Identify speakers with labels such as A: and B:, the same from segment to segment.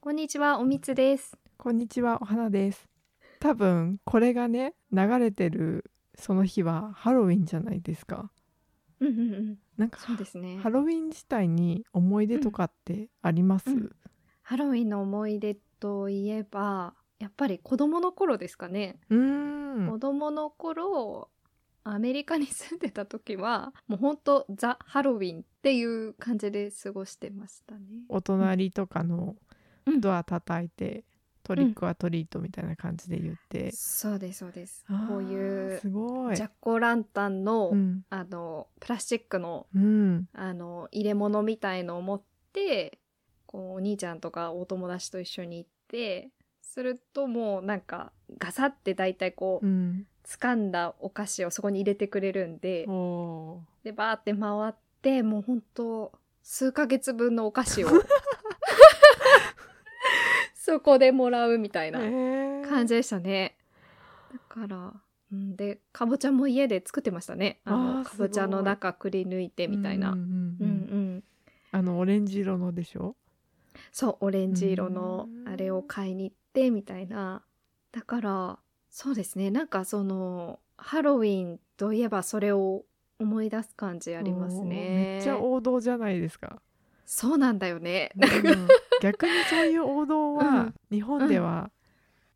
A: こんにちは、おみつです。
B: こんにちは、お花です。多分これがね、流れてるその日はハロウィンじゃないですか。
A: うんうんうん。
B: なんか
A: そうですね。
B: ハロウィン自体に思い出とかってあります？
A: うんハロウィンの思い出といえば、やっぱり子供の頃ですかね。
B: うーん
A: 子供の頃、アメリカに住んでた時は、もうほんとザ・ハロウィンっていう感じで過ごしてましたね。
B: お隣とかの
A: うん
B: ドア叩いて、トリックはトリートみたいな感じで言って、
A: そうです、そうです
B: あー。
A: こういう
B: すごい
A: ジャック・オ・ランタンの、
B: うん
A: あの、プラスチックの
B: うん
A: あの入れ物みたいのを持ってこうお兄ちゃんとかお友達と一緒に行ってするともうなんかガサって大体こう、
B: うん
A: 掴んだお菓子をそこに入れてくれるんで、
B: おー
A: でバーって回ってもうほんと数ヶ月分のお菓 子をそこでもらうみたいな
B: えー
A: 感じでしたね。だから、うん、でかぼちゃも家で作ってましたね。あの
B: あー
A: かぼちゃの中くり抜いてみたいな。
B: うんうん
A: う
B: う
A: ん
B: ん
A: う
B: うん
A: ん
B: あのオレンジ色のでしょ？
A: そうオレンジ色の
B: うーん
A: あれを買いに行ってみたいなだからそうですねなんかそのハロウィンといえばそれを思い出す感じあります
B: おー
A: ね
B: めっちゃ王道じゃないですか。
A: そうなんだよね
B: うん 逆にそういう王道
A: う
B: は
A: ん
B: 日本では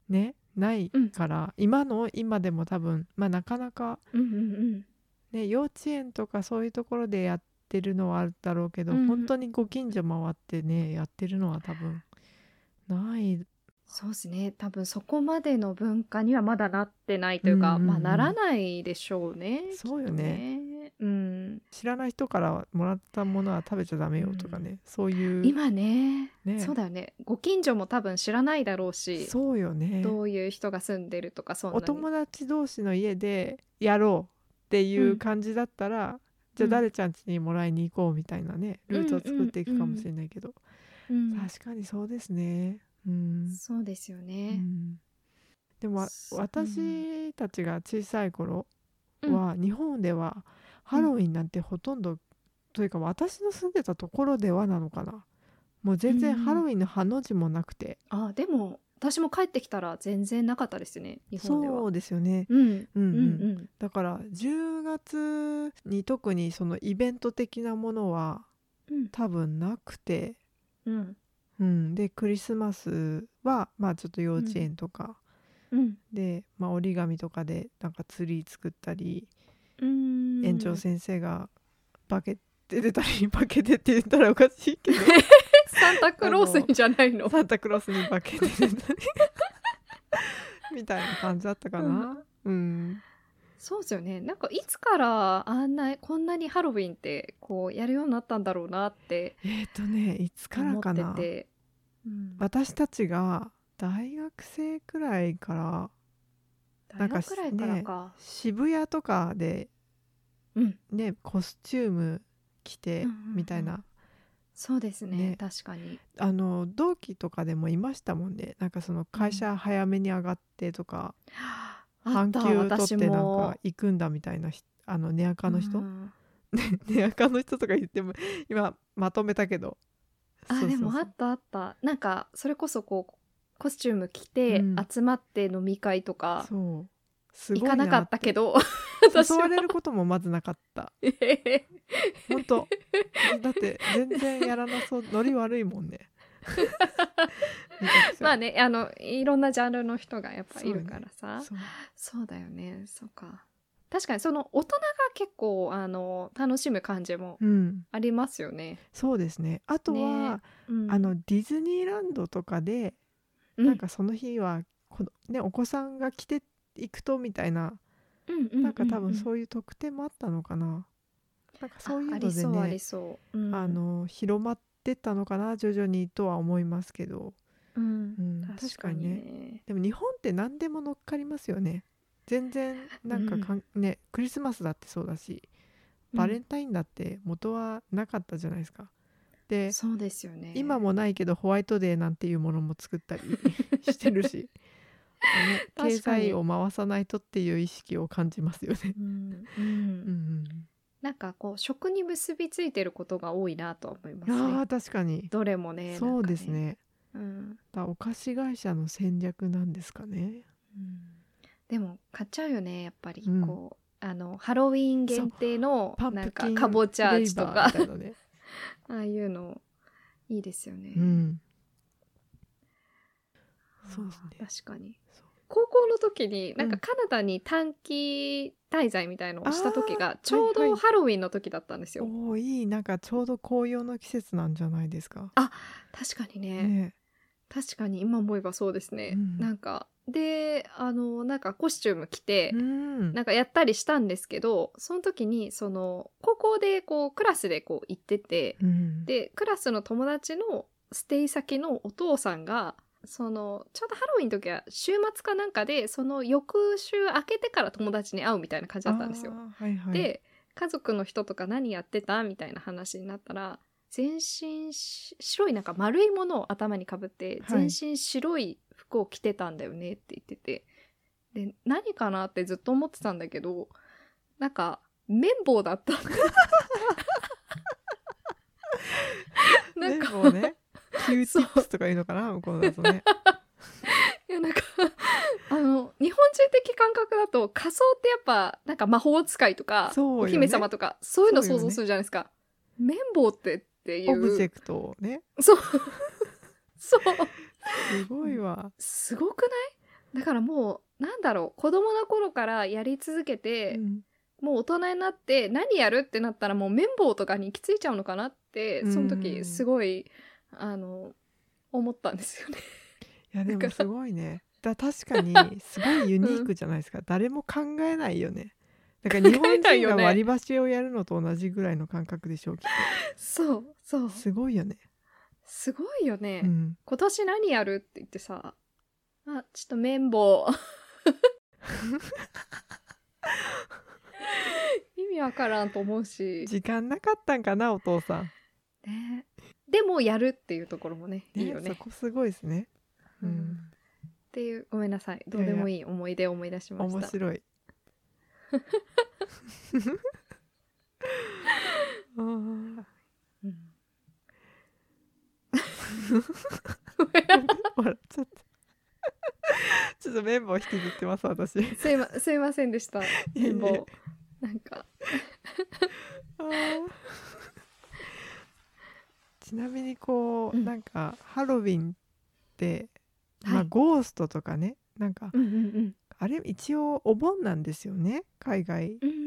B: ね、ないから、今の今でも多分まあなかなか
A: うんうん
B: ね幼稚園とかそういうところでやってるのはあるだろうけど、
A: うん
B: 本当にご近所回ってねやってるのは多分ない
A: そうですね多分そこまでの文化にはまだなってないというか、
B: うんうんうん
A: まあならないでしょうね
B: そうよ
A: きっと
B: ね
A: ねうん
B: 知らない人からもらったものは食べちゃダメよとかね、そういう
A: 今ね
B: ね
A: そうだよねご近所も多分知らないだろうし
B: そうよね
A: どういう人が住んでるとかそんな
B: お
A: に
B: 友達同士の家でやろうってい
A: うん
B: う感じだったら、じゃあ誰ちゃん家にもらいに行こうみたいなねルートを作っていくかもしれないけど、
A: うん
B: 確かにそうですね。うん
A: そうですよ
B: う
A: ね。
B: んでもわ
A: そう
B: 私たちが小さい頃
A: うん
B: は、日本ではハロウィンなんてほとんど、というか私の住んでたところではなのかなもう全然
A: うん
B: ハロウィンのハの字もなくて、
A: あでも私も帰ってきたら全然なかったですね日本では。
B: そうですよね。
A: うん
B: うん
A: う
B: うん
A: んうん
B: だから10月に特にそのイベント的なものは
A: うん
B: 多分なくて、
A: うん
B: うん、でクリスマスはまあちょっと幼稚園とか、
A: うん
B: で、まあ、折り紙とかでなんかツリー作ったり、
A: うん
B: 園長先生がバケて出たり バケてって言ったらおかしいけど
A: サンタクロースにじゃないの。
B: サンタクロースにバケて出たりみたいな感じだったかな。うん、
A: そうですよねなんかいつからあんなこんなにハロウィンってこうやるようになったんだろうなって
B: えっ、とねいつから
A: 思
B: かな
A: ってて。うん
B: 私たちが大学生くらいから
A: 大
B: なんか
A: 学くらいからか。
B: 渋谷とかで
A: うん
B: ねコスチューム着て
A: うんうんうん
B: みたいな、
A: そうですね
B: ね
A: 確かに。
B: あの同期とかでもいましたもんねなんかその会社早めに上がってとか、
A: あ
B: 半
A: った
B: 休取っ
A: 私
B: てなん
A: も
B: か行くんだみたいなひあの寝垢の人、
A: う
B: ね
A: ん
B: 寝垢の人とか言っても今まとめたけど
A: あ
B: そうそう
A: で
B: そう
A: もあったあったなんかそれこそこうコスチューム着て
B: うん
A: 集まって飲み会とか
B: そうす
A: 行
B: ごい
A: かなかったけど 私
B: 誘
A: は
B: われることもまずなかった本当だって全然やらなそうノリ悪いもんね めちゃくちゃ
A: まあねあのいろんなジャンルの人がやっぱいるからさそう,、
B: そう
A: だよねそうか確かにその大人が結構あの楽しむ感じも
B: うん
A: ありますよね、
B: そうですねあとは、
A: うん
B: あのディズニーランドとかで、
A: うん
B: なんかその日はこの、ね、お子さんが来ていくとみたいな
A: うんううう
B: なんか多分
A: う
B: そういう特典もあったのかな、なんかそういう
A: あ
B: の
A: あり
B: で
A: そうあ
B: ね
A: りそう、うん
B: あの広まってったのかな徐々にとは思いますけど、
A: うん
B: うん、確かにねでも日本って何でも乗っかりますよね全然なんかかん、ねクリスマスだってそうだしバレンタインだって元はなかったじゃないですか。
A: う
B: で
A: んそうですよね
B: 今もないけどホワイトデーなんていうものも作 ったりしてるし、
A: 確か
B: ね
A: に
B: 経済を回さないとっていう意識を感じますよね。
A: うん う
B: うんん
A: なんかこう食に結びついてることが多いなとは思いま
B: う
A: す
B: ん、あ
A: ね
B: ー。確かに、
A: どれもね。
B: そうですね
A: なんかね。うん、うん
B: だからお菓子会社の戦略なんですかね
A: でも買っちゃうよねやっぱり
B: うん
A: こう、あのハロウィーン限定の
B: パン
A: なん
B: プ
A: か
B: キン
A: かぼちゃ味とか
B: フレーバーみたいなね、
A: ああいうのいいですよね、
B: うん、
A: あー
B: そうですね
A: 確かに
B: そう
A: 高校の時になん
B: う
A: か
B: ん
A: カナダに短期滞在みたいのをした時
B: あ
A: が
B: ー
A: ちょう
B: はい
A: ど
B: はい
A: ハロウィンの時だったんですよ、
B: おーいいなんかちょうど紅葉の季節なんじゃないですか。
A: 確かにね
B: ね
A: 確かに今思えばそうですね、
B: うん
A: なんかであのなんかコスチューム着て、
B: うん
A: なんかやったりしたんですけどその時にその高校でこうクラスでこう行ってて、
B: うん、
A: でクラスの友達のステイ先のお父さんがそのちょうどハロウィンの時は週末かなんかでその翌週明けてから友達に会うみたいな感じだったんですよ。
B: あーはいはい、
A: で家族の人とか何やってたみたいな話になったら全身し白いなんか丸いものを頭にかぶって
B: は
A: 全
B: い
A: 身白い服を着てたんだよねって言ってて、で何かなってずっと思ってたんだけどなんか綿棒だった なんか
B: で もね、キューティップスとかいうのかな向こうだとね。
A: いやなんかあの日本人的感覚だと仮装ってやっぱなんか魔法使いとか、
B: そうよね
A: お姫様とかそういうの
B: そうよ
A: 想
B: ね
A: 像するじゃないですか。綿棒ってっていう
B: オブジェクトをね、
A: そう そう
B: すご いわ。
A: すごくないだからもうなんだろう子供の頃からやり続けて、
B: うん
A: もう大人になって何やるってなったらもう綿棒とかに行き着いちゃうのかなってその
B: う
A: 時
B: ん
A: すごいあの思ったんですよね。
B: いやで
A: だ
B: も
A: から
B: すごいね。だ確か にすごいユニークじゃないですか。誰も考えないよね。だから日
A: 考え
B: 本
A: ない
B: 人
A: よね
B: が割り箸をやるのと同じぐらいの感覚でしょうきっ
A: そうそう
B: と。すごいよね。
A: すごいよね。
B: うん。
A: 今年何やるって言ってさ、あ、ちょっと綿棒。 意味わからんと思うし、
B: 時間なかったんかなお父さん。
A: ね、でもやるっていうところもね、いいよね。
B: そこすごいですね。
A: う
B: うんん、
A: っていう、ごめんなさい。どうでもいい思い出を思い出しました。
B: 面 白い。あ
A: う
B: ー
A: ん
B: 笑っちゃった。ちょっと綿棒引きずってます私。
A: すいま、すいませんでした。
B: えい え
A: 綿棒。なんか、
B: あーちなみにこう、
A: うん
B: なんかハロウィンって、ま
A: は
B: あ
A: い
B: ゴーストとかねなんか、
A: うんうん
B: あれ一応お盆なんですよね海外
A: うん。うんうんう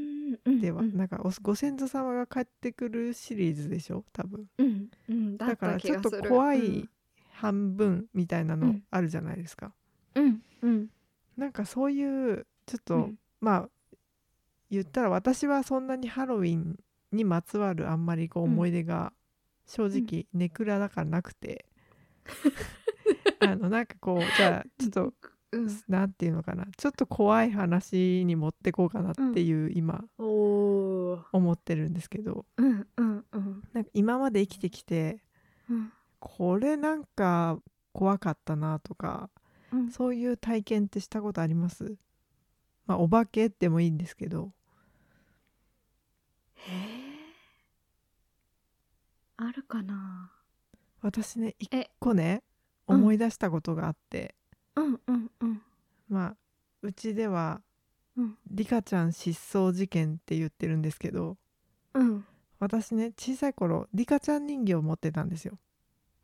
A: ん
B: では、なんかおご先祖様が帰ってくるシリーズでしょ多分。
A: うんうん。だ
B: だ
A: っ
B: か
A: た
B: ら
A: 気
B: ちょ
A: が
B: っ
A: す
B: と
A: る。
B: 怖い半分みたいな
A: う
B: の
A: ん
B: あるじゃないですか、
A: うん。うん
B: なんかそういうちょっ
A: う
B: と、
A: ん。
B: まあ言ったら私はそんなにハロウィンにまつわるあんまりこう
A: うん
B: 思い出が正直ネクラだからなくて、あのなんかこうじゃあちょっと
A: うん。
B: なんていうのかなちょっと怖い話に持ってこうかなっていう今
A: おお。
B: 思ってるんですけど
A: うんうんうん
B: なんか今まで生きてきて
A: うん
B: これなんか怖かったなとか
A: うん
B: そういう体験ってしたことありますまあお化けでもいいんですけど
A: へえあるかな
B: 私ね一
A: え
B: 個ね
A: うん
B: 思い出したことがあって、
A: うんうんうん
B: まあうちでは、
A: うん
B: リカちゃん失踪事件って言ってるんですけど
A: うん
B: 私ね小さい頃リカちゃん人形を持ってたんですよ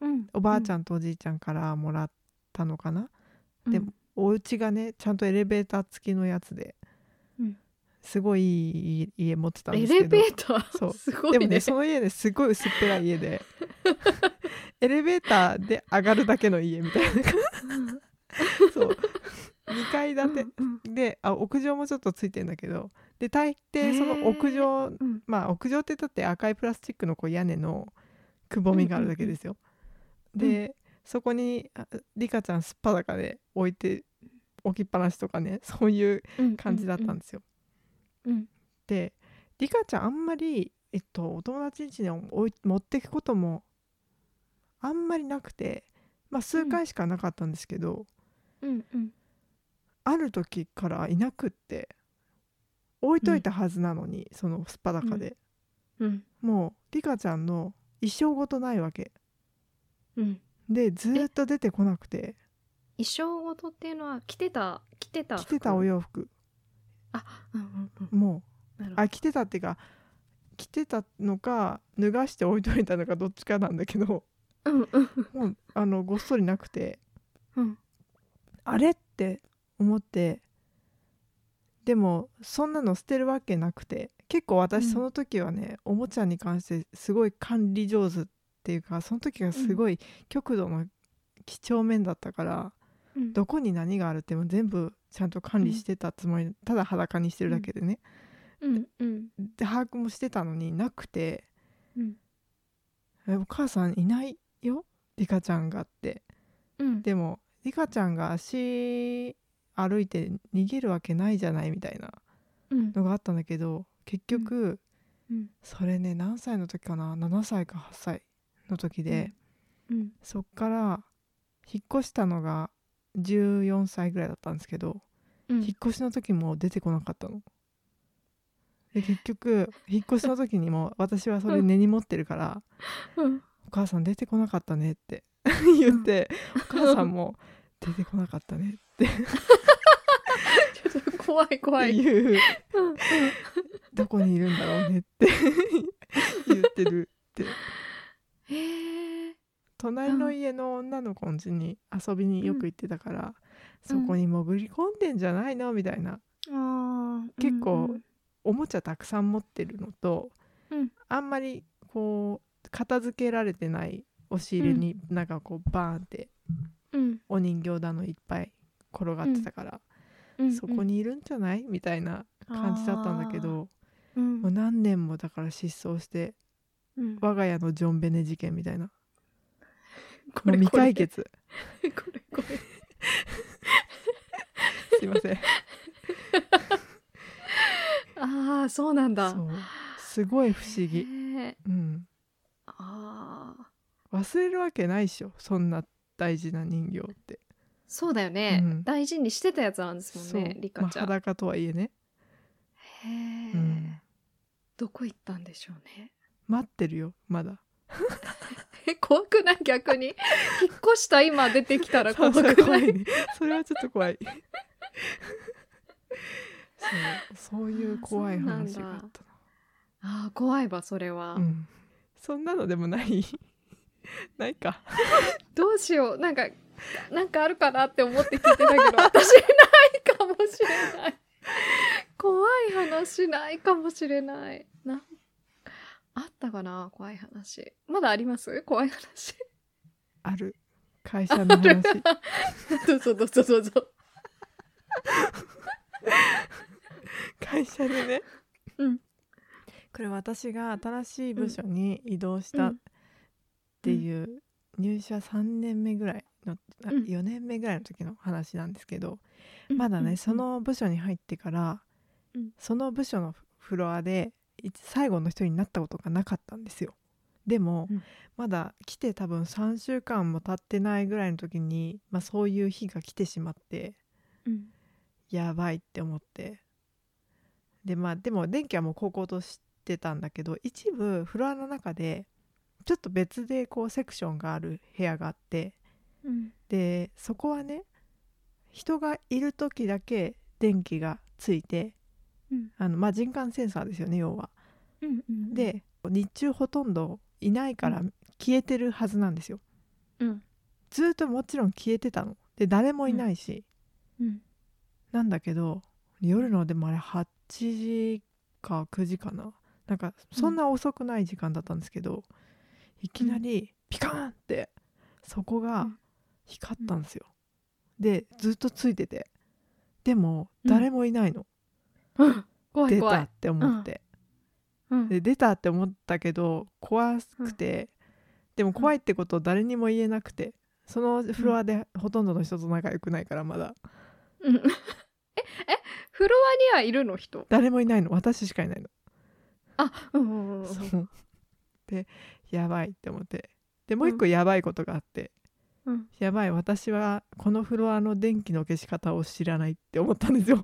A: うん
B: おばあちゃ
A: ん、
B: んとおじいちゃんからもらったのかな、
A: うん、
B: でもお家がねちゃんとエレベーター付きのやつで、
A: うん
B: すごいいい家持ってたん
A: エ
B: です
A: レ
B: けど
A: ベーター
B: そう
A: すごい
B: で
A: ね
B: もねその家ねすごい薄っぺらい家でエレベーターで上がるだけの家みたいな
A: うん
B: そう2階建て、
A: うん
B: であ屋上もちょっとついてんだけどで大抵その屋上
A: うん
B: まあ屋上ってだって赤いプラスチックのこう屋根のくぼみがあるだけですよ、
A: うんうんうん
B: でそこにあリカちゃんすっぱだかで置いて置きっぱなしとかねそういう
A: うん
B: 感じだったんです
A: う
B: よ、
A: ん
B: でリカちゃんあんまり、えっと、お友達ん家に置い持ってくこともあんまりなくて、まあ、数回しかなかったんですけど、
A: うんうん
B: ある時からいなくって置いといたはずなのに、その素っ裸で、
A: うん
B: もうリカちゃんの一生ごとないわけ
A: うん
B: でずーっと出てこなくて
A: 衣装ごとっていうのは着てた着てた
B: 着てたお
A: 服
B: 洋服
A: あうんうんうん
B: も
A: なるほ
B: う
A: ど
B: あ着てたっていうか着てたのか脱がして置いといたのかどっちかなんだけど
A: うんうん
B: もうあのごっそりなくて
A: うん
B: あれって思ってでもそんなの捨てるわけなくて結構
A: う
B: 私
A: ん
B: その時はね、おもちゃに関してすごい管理上手っていうかその時がすごい極度の几帳面だったから、
A: うん
B: どこに何があるっても全部ちゃんと管理してたつもり、ただ裸にしてるだけでね、
A: うんうん
B: で把握もしてたのになくて
A: うん
B: 「えお母さんいないよリカちゃんが」って
A: うん
B: でもリカちゃんが足歩いて逃げるわけないじゃないみたいな
A: うん
B: のがあったんだけど結局、
A: うん
B: それね何歳の時かな7歳か8歳の時で、
A: うん
B: そっから引っ越したのが14歳ぐらいだったんですけど、
A: うん
B: 引っ越しの時も出てこなかったの。 で結局引っ越しの時にも私はそれ根に持ってるから
A: うん
B: 「お母さん出てこなかったね」って言ってお母さんも「出てこなかったね」
A: ちょっと怖い
B: っ
A: 怖
B: て
A: い
B: いう
A: うんうん
B: どこにいるんだろうねって 言ってる
A: へえ
B: 隣の家の女の子ん家に遊びによく行ってたから、
A: うん
B: そこに潜り込んでんじゃないのみたいな
A: あー
B: 結構
A: うん
B: おもちゃたくさん持ってるのと、
A: うん
B: あんまりこう片付けられてない押し入れになんかこうバーンって
A: うん
B: お人形だのいっぱい転がってたから、
A: うん
B: そこにいるんじゃないみたいな感じだったんだけど、
A: うん
B: もう何年もだから失踪して
A: うん
B: 我が家のジョンベネ事件みたいな
A: こ
B: もう
A: れ
B: 未
A: これ
B: 解決
A: これこれ
B: すいません
A: ああそうなんだ
B: そうすごい不思議、
A: へえ
B: うん、
A: ああ
B: 忘れるわけないっしょそんな大事な人形って
A: そうだよね、
B: うん
A: 大事にしてたやつなんですもんねリカちゃん、
B: まあ、裸とはいえね、
A: へえ、
B: うん、
A: どこ行ったんでしょうね
B: 待ってるよまだ
A: え怖くない逆 に引っ越した今出てきたら怖く
B: そ
A: な
B: れ
A: い
B: 怖いねそれはちょっと 怖いそうそういう怖い話があった
A: ああ怖いわそれは、
B: なうんそんなのでもないないか
A: どうしようなんかなんかあるかなって思って聞いてたけど私ないかもしれない怖い話ないかもしれないなあったかな怖い話まだあります怖い話
B: ある会社の話
A: どうぞどうぞどうぞ
B: 会社でね、
A: うん
B: これ私が新しい部署に移動した
A: う
B: っ
A: ん
B: ていう入社3年目ぐらいの、あ
A: うん
B: 4年目ぐらいの時の話なんですけど、まだね、その部署に入ってから、
A: うん
B: その部署のフロアでい最後の人になったことがなかったんですよ。でも、
A: うん
B: まだ来て多分3週間も経ってないぐらいの時に、まあ、そういう日が来てしまって。
A: うん
B: やばいって思ってでまあでも電気はもう高校としてたんだけど一部フロアの中でちょっと別でこうセクションがある部屋があって
A: うん
B: でそこはね人がいる時だけ電気がついて
A: うん
B: あの、まあ、人感センサーですよね要は。
A: うんうん
B: で日中ほとんどいないから消えてるはずなんですよ。
A: うん
B: ずーっともちろん消えてたの。で誰もいないし、
A: うん
B: なんだけど夜のでもあれ8時か9時かななんかそんな遅くない時間だったんですけど、いきなりピカーンってそこが光ったんですよ、でずっとついててでも
A: うん
B: 誰もいないの、
A: うん怖い
B: 出
A: 怖
B: た
A: い
B: って思って、
A: うん
B: で出たって思ったけど怖くて、でも怖いってことを誰にも言えなくてそのフロアでほとんどの人と仲良くないからまだ
A: うんええフロアにはいるの人
B: 誰もいないの私しかいないの
A: あうんうんうんうん
B: そう でやばいって思ってでもう一個やばいことがあっ
A: う
B: て、
A: ん
B: やばい私はこのフロアの電気の消し方を知らないって思ったんですよ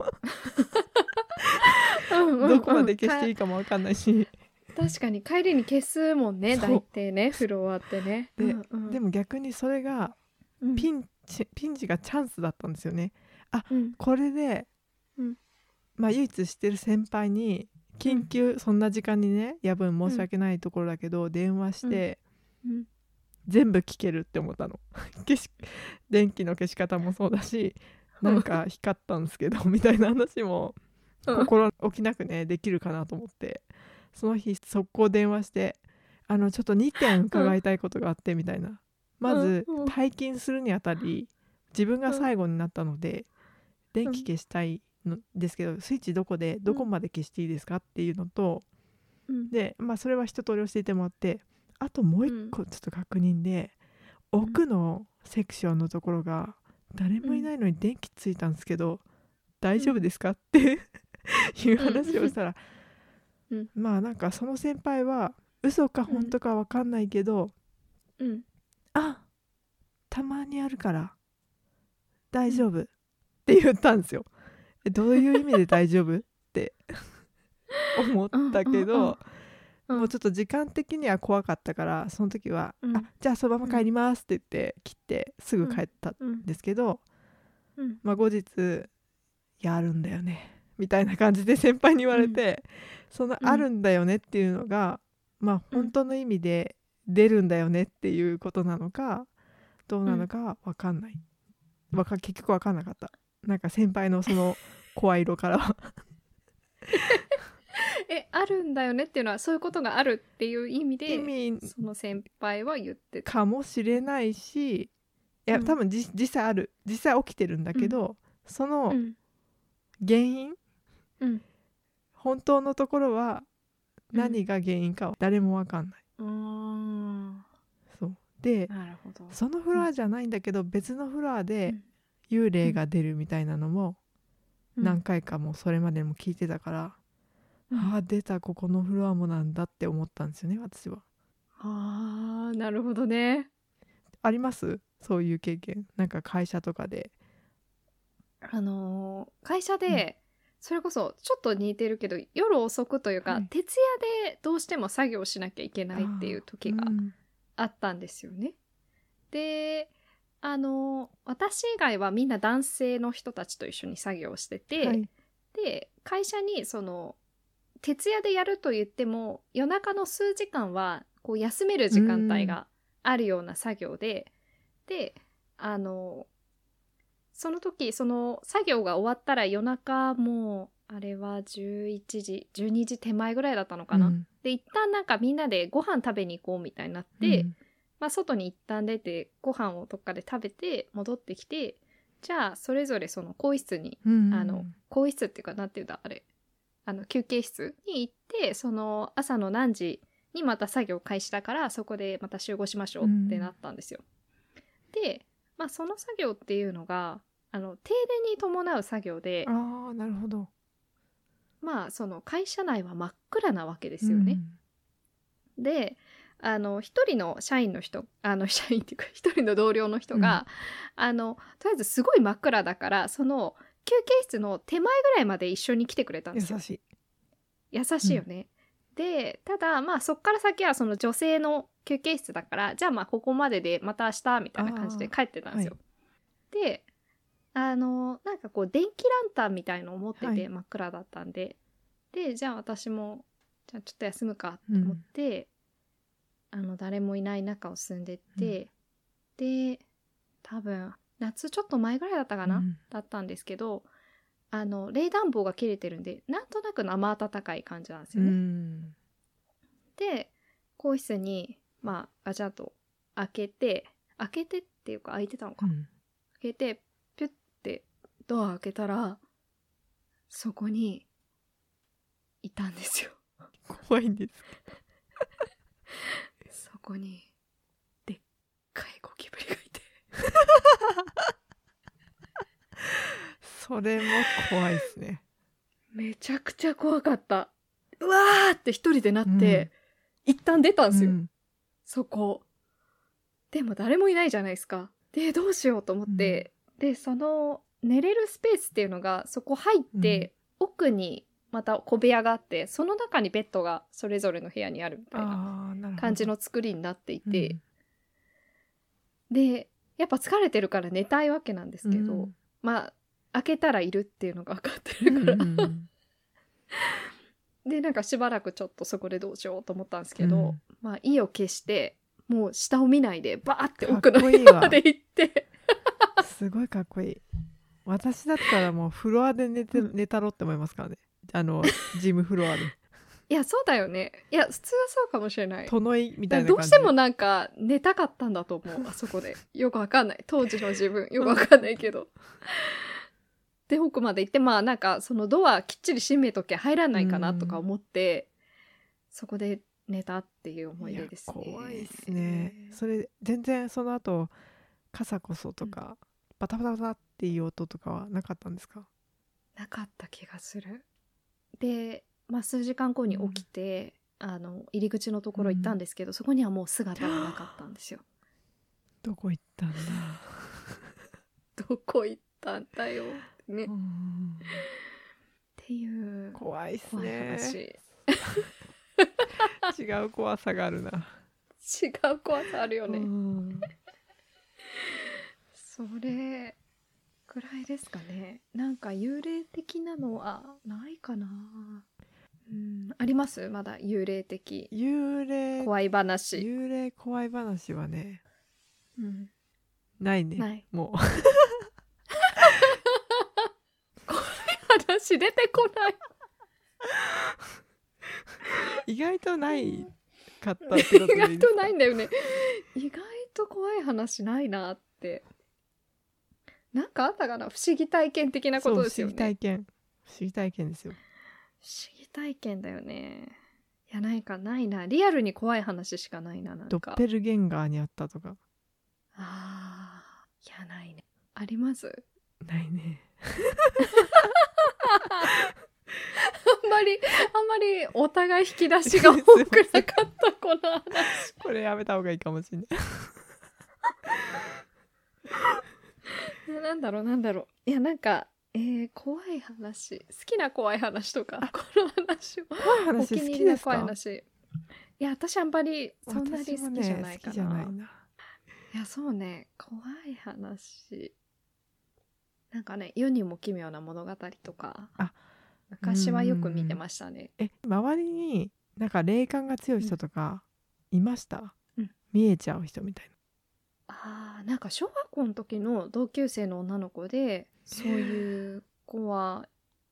A: うんうんうん
B: どこまで消していいかもわかんないし
A: 確かに帰りに消すもんね
B: そう
A: 大抵ね風呂終わってね
B: で
A: うんうん
B: でも逆にそれが
A: うん
B: ピンチ、ピンチがチャンスだったんですよね
A: うん
B: これで、
A: うん
B: まあ唯一知ってる先輩に緊急、そんな時間にね夜分申し訳ないところだけど、電話して、
A: うん
B: 全部聞けるって思ったの 消し電気の消し方もそうだしなんか光ったんですけど みたいな話も
A: うん
B: 心置きなくねできるかなと思ってその日速攻電話してあのちょっと2点伺いたいことがあってみたいなまず
A: うんうん
B: 退勤するにあたり自分が最後になったので電気消したいのですけどスイッチどこでどこまで消していいですかっていうのと
A: うん
B: で、まあ、それは一通り教えてもらってあともう一個ちょっと確認で、奥のセクションのところが誰もいないのに電気ついたんですけど、大丈夫ですかって いう話をしたら、
A: うん
B: まあなんかその先輩は嘘か本当か分かんないけど、
A: うん
B: あたまにあるから大丈夫、って言ったんですよ。えどういう意味で大丈夫って思ったけど、
A: うんうんうんうん
B: もうちょっと時間的には怖かったからその時は「
A: うん
B: あじゃあそばも帰ります」って言って切ってすぐ帰ったん
A: うん
B: ですけど、
A: うん
B: まあ、後日「やるんだよね」みたいな感じで先輩に言われて、その「
A: うん
B: あるんだよね」っていうのが、まあ
A: うん
B: 本当の意味で出るんだよねっていうことなのかどうなのかわかんない、わか結局わかんなかったなんか先輩の その声色からは
A: えあるんだよねっていうのはそういうことがあるっていう意味で
B: 意味
A: その先輩は言ってた
B: かもしれないしいや
A: うん
B: 多分じ実際ある実際起きてるんだけど、その
A: うん
B: 原因、
A: うん
B: 本当のところは
A: うん
B: 何が原因かは誰もわかんない。
A: うーんな
B: そうで
A: るほど
B: そのフロアじゃないんだけど別のフロアで幽霊が出るみたいなのも
A: うん
B: 何回かもうそれまでも聞いてたから、
A: うん
B: ああ出たここのフロアもなんだって思ったんですよね私は。
A: あーなるほどね
B: ありますそういう経験なんか会社とかで。
A: あのー会社で、それこそちょっと似てるけど夜遅くというか、
B: はい
A: 徹夜でどうしても作業しなきゃいけないっていう時が
B: うん
A: あったんですよね。であのー私以外はみんな男性の人たちと一緒に作業してて、
B: はい
A: で会社にその徹夜でやると言っても夜中の数時間はこう休める時間帯があるような作業で、であのその時その作業が終わったら夜中もうあれは11時12時手前ぐらいだったのかな、
B: うん
A: で一旦なんかみんなでご飯食べに行こうみたいになって、
B: うん
A: まあ、外に一旦出てご飯をどっかで食べて戻ってきてじゃあそれぞれその更衣室に
B: うん
A: あの更衣室っていうかなんていうんだあれあの休憩室に行ってその朝の何時にまた作業開始だからそこでまた集合しましょうってなったんですよ。で、まあ、その作業っていうのがあの停電に伴う作業で
B: ああなるほど。
A: まあその会社内は真っ暗なわけですよね。であの一人の社員の人あの社員っていうか 一人の同僚の人が、あのとりあえずすごい真っ暗だからその休憩室の手前ぐらいまで一緒に来てくれた
B: うんん。
A: ですよ
B: 優。しい。
A: 優しいよね。でただまあそっから先はその女性の休憩室だからじゃあまあここまででまた明日みたいな感じで
B: あー
A: 帰ってたんですよ。であのなんかこう電気ランタンみたいのを持ってて、
B: はい
A: 真っ暗だったんででじゃあ私もじゃあちょっと休むかと思って、あの誰もいない中を進んでって、で多分夏ちょっと前ぐらいだったかな、
B: うん
A: だったんですけどあの冷暖房が切れてるんでなんとなく生暖かい感じなんです
B: う
A: よね。
B: ん。
A: で更衣室にまあガチャッと開けて開けてっていうか開いてたのかな、開けてピュッてドア開けたらそこにいたんですよ。
B: 怖いんです。
A: そこにでっかいゴキブリがいて
B: それも怖いで すね。
A: めちゃくちゃ怖かった。うわーって一人でなって、一旦出たんですよ。
B: うん
A: そこ。でも誰もいないじゃないですか。で、どうしようと思って、で、その寝れるスペースっていうのがそこ入って、奥にまた小部屋があってその中にベッドがそれぞれの部屋にあるみたいな
B: あーなるほど
A: 感じの作りになっていて、でやっぱ疲れてるから寝たいわけなんですけど、
B: うん
A: まあ開けたらいるっていうのが分かってるから、
B: うんうん
A: でなんかしばらくちょっとそこでどうしようと思ったんですけど、
B: うん
A: まあ意を決してもう下を見ないでバーって奥
B: か
A: の
B: っこ
A: 部
B: いいわ
A: 屋まで行って
B: すごいかっこいい私だったらもうフロアで寝て寝たろって思いますからねあのジムフロアで
A: いやそうだよねいや普通はそうかもしれない
B: トノイみたいな
A: ど
B: 感じ
A: うしてもなんか寝たかったんだと思 うあそこでよくわかんない当時の自分よくわかんないけ どで奥まで行ってまあなんかそのドアきっちり閉めとけ入らないかなとか思ってそこで寝たっていう思い出ですね
B: いや怖いですね、それ全然その後傘こそとか、バタバタバタっていう音とかはなかったんですか
A: なかった気がするで、まあ、数時間後に起きて、あの入り口のところ行ったんですけど、そこにはもう姿がなかったんですよ
B: どこ行ったんだ
A: どこ行ったんだよねっ
B: うん
A: ていう
B: 怖いっす
A: 怖い
B: ね
A: 話、
B: 違う怖さがあるな、
A: 違う怖さあるよね、
B: うん
A: それくらいですかねなんか幽霊的なのはないかなうんありますまだ幽霊的
B: 幽霊
A: 怖い話、
B: 幽霊怖い話はね
A: うん、
B: ないね
A: ない
B: も
A: 話出てこないう
B: 意外とないかったって こと
A: 意
B: でい
A: 外
B: いです
A: と
B: か
A: ないんだよ ね意外と怖い話ないなってなんかあったかな不思議体験的なこ
B: そ
A: とで
B: う不思
A: すよ
B: 議
A: ね
B: 体験不思議体験ですよ
A: 不思議体験だよねいやないかないなリアルに怖い話しかないななん
B: ド
A: か
B: ッペルゲンガーにあったとか
A: あーいやないねあります
B: ないね
A: あんまりあんまりお互い引き出しが多くなかったこの話
B: これやめた方がいいかもしれない
A: ななんだろうなんだろういやなんかえー、怖い話好きな怖い話とかこの話を
B: 怖い
A: お
B: 話
A: 気に
B: 好
A: 入
B: き
A: り
B: で
A: の
B: す
A: 怖い
B: か
A: 話いや私あんまりそんなに
B: 私も
A: 好
B: ね
A: きじゃないか
B: 好きじゃ
A: な,、
B: ないない
A: やそうね怖い話なんかね世にも奇妙な物語とか
B: あ
A: 昔はよく見てましたね
B: え周りになんか霊感が強い人とかいました、
A: うん
B: 見えちゃう人みたい
A: あーなんか小学校の時の同級生の女の子でそういう子は、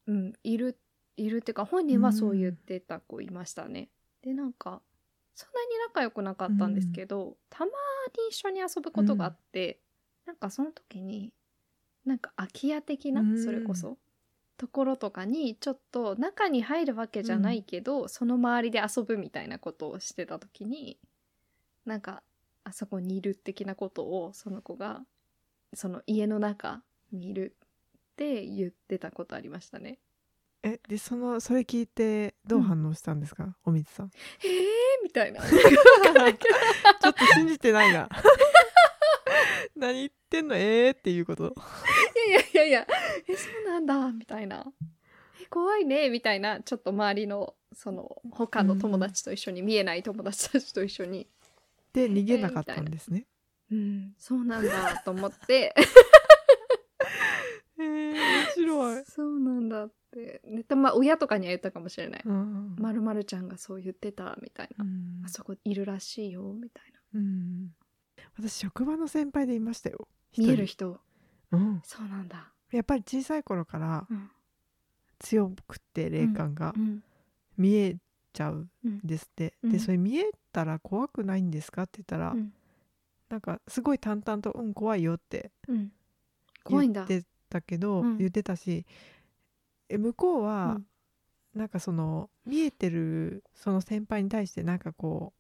A: うん、いるいるっていうか本人はそう言ってた子いましたね。でなんかそんなに仲良くなかったんですけど、たまに一緒に遊ぶことがあって、なんかその時になんか空き家的な、
B: うん
A: それこそところとかにちょっと中に入るわけじゃないけど、その周りで遊ぶみたいなことをしてた時になんかあそこにいる的なことをその子がその家の中にいるって言ってたことありましたね。
B: なえでそのそれ聞いてどう反応したんですか、おみ つさんち
A: えーみたいな。
B: ょっと信じてないな 何言ってんのえーっていうこと
A: いやいやいやいや、え、そうなんだ、みたいな。え、怖いね、みたいな、ちょっと周りの、その、他の友達と一緒に、見えない友達たちと一緒に、
B: で逃げなかったんですね、
A: うん、そうなんだ、と思って、
B: えー、面白い、
A: そうなんだって。でたまあ、親とかには言ったかもしれない。
B: うん
A: まるまるちゃんがそう言ってた、みたいな。
B: うん
A: あそこいるらしいよ、みたいな。
B: うん、私職場の先輩でいましたよ一
A: 見
B: 人
A: える人、
B: うん、
A: そうなんだ。
B: やっぱり小さい頃から
A: うん。
B: 強くて霊感が
A: うん。
B: 見えちゃうん
A: うん
B: ですって、
A: うんう
B: で
A: ん
B: それ見えたら怖くないんですかって言ったら、
A: うん
B: なんかすごい淡々と「うん怖いよ」って
A: うん。怖い
B: 言
A: んだ。
B: ってたけど、
A: うん
B: 言ってたしえ向こうは、
A: うん
B: なんかその見えてるその先輩に対してなんかこう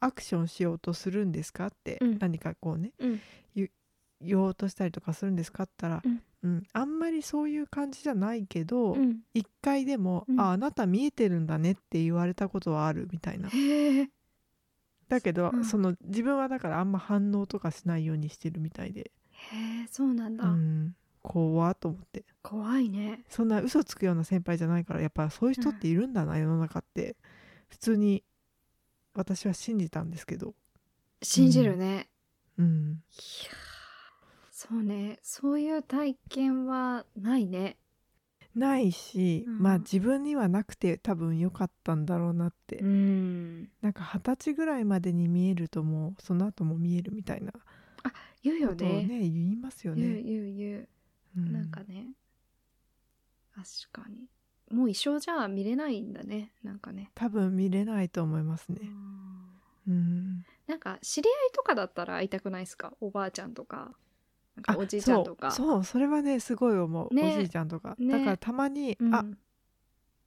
B: アクションしようとするんですかって、
A: うん
B: 何かこうね
A: うん。
B: 言おうとしたりとかするんですかって言ったら、うんあんまりそういう感じじゃないけど、
A: うん。
B: 一回でも、
A: うん
B: ああなた見えてるんだねって言われたことはあるみたいな
A: へえ。
B: だけど、
A: うん
B: その自分はだからあんま反応とかしないようにしてるみたいで、
A: へえ、そうなん
B: う
A: だ。
B: ん、怖っと思って
A: 怖いね
B: そんな嘘つくような先輩じゃないからやっぱそういう人っているんだな、世の中って普通に私は信じたんですけど
A: 信じるね、
B: うん
A: いやーそうねそういう体験はないね
B: ないし、
A: うん
B: まあ自分にはなくて多分良かったんだろうなって、
A: うん
B: なんか二十歳ぐらいまでに見えるともうその後も見えるみたいなこ
A: 言う
B: と
A: よ
B: を
A: ね
B: ね言いますよ
A: 言う
B: ね、
A: 言う言う
B: う
A: なんかね確かにもう一生じゃあ見れないんだねなんかね
B: 多分見れないと思います
A: う
B: ね、
A: ん
B: うん、
A: なんか知り合いとかだったら会いたくないですかおばあちゃんとかなんか
B: あ
A: おじいちゃんとか
B: そうそうそれはねすごい思う、
A: ね
B: おじいちゃんとか、
A: ね
B: だからたまに、
A: ん、
B: あ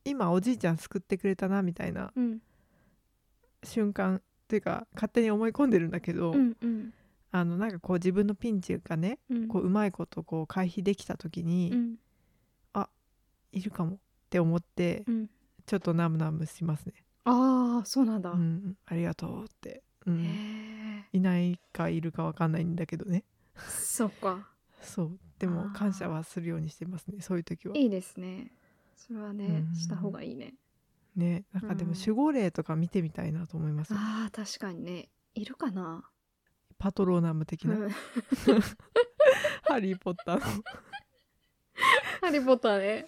B: 今おじいちゃん救ってくれたなみたいな
A: うん
B: 瞬間っていうか勝手に思い込んでるんだけど、
A: うんうん
B: あのなんかこう自分のピンチがね
A: うん
B: こううまいことこう回避できた時に、
A: うん
B: いるかもって思って、
A: うん
B: ちょっとナムナムしますね。
A: ああそうなんだ、
B: うん、ありがとうって、うん
A: へえ
B: いないかいるかわかんないんだけどね。
A: そっか
B: そう、で
A: あ
B: も
A: ー
B: 感謝はするようにしてますね。そういう時は。
A: いいですねそれはね
B: うん
A: した方がいいね
B: ね、なんかでも守護霊とか見てみたいなと思います。
A: あー確かにねいるかな、
B: パトローナム的
A: う
B: な、
A: ん、
B: ハリーポッターの
A: ハリー・ポッターね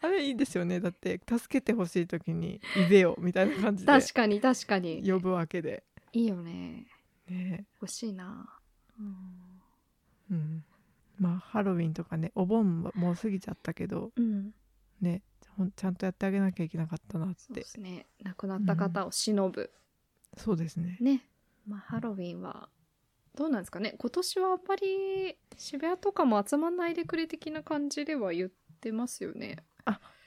B: あれいいですよね。だって助けてほしい時にいでよみたいな感じで
A: 確かに確かに
B: 呼ぶわけで。
A: いいよね
B: ね、
A: 欲しいな、
B: うん。まあハロウィンとかね、お盆はもう過ぎちゃったけど
A: うん
B: ね、ほんちゃんとやってあげなきゃいけなかったなっ
A: そう
B: て
A: で。すね亡くなった方を偲ぶ、
B: そうですね。
A: ね、まあ、ハロウィンはどうなんですかね今年はあんまり渋谷とかも集まんないでくれ的な感じでは言ってますよね。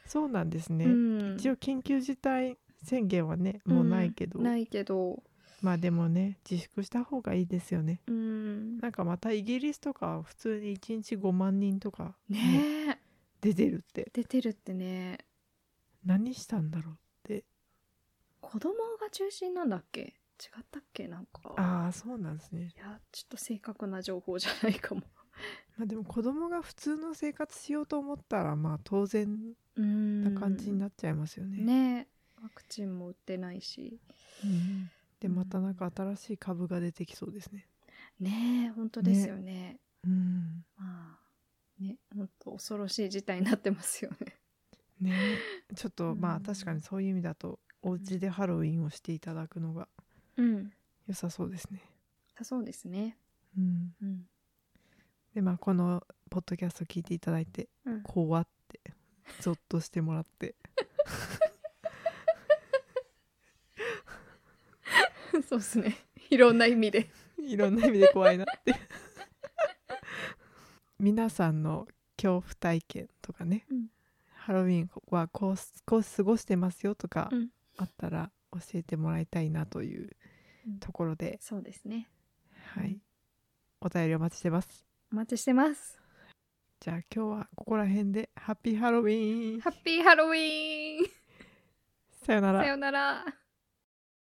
B: そうなんですね。
A: うん、
B: 一応緊急事態宣言はねもうないけど、
A: うんないけど、
B: まあでもね自粛した方がいいですよね
A: うん、ね
B: なんかまたイギリスとかは普通に1日5万人とか
A: え、
B: 出てるって
A: 出てるってね
B: 何したんだろう
A: 子供が中心なんだっけ違ったっけなんか
B: ああそうなんですね、
A: いやちょっと正確な情報じゃないかも。
B: まあ、でも子供が普通の生活しようと思ったらまあ当然
A: うん
B: な感じになっちゃいますよね,うん、
A: ねえワクチンも打ってないし
B: でまたなんか新しい株が出てきそうですね
A: ねえ本当ですよね。
B: うん
A: まあね本当恐ろしい事態になってますよね。
B: ねちょっとま
A: う
B: あ
A: ん
B: 確かにそういう意味だとお家でハロウィンをしていただくのが
A: うん。
B: 良さそうですね
A: そうですね。
B: うん
A: うん。
B: でまあこのポッドキャスト聞いていただいて
A: うん
B: 怖ってゾッとしてもらって
A: そうですね。いろんな意味で。
B: いろんな意味で怖いなって皆さんの恐怖体験とかね、
A: うん
B: ハロウィンはこうこう過ごしてますよとか
A: うん
B: あったら教えてもらいたいなというところで、
A: そうですね。
B: はいお便りお待ちしてます
A: お待ちしてます。
B: じゃあ今日はここら辺でハッピーハロウィン
A: ハッピーハロウィーン。
B: さよなら
A: さよなら。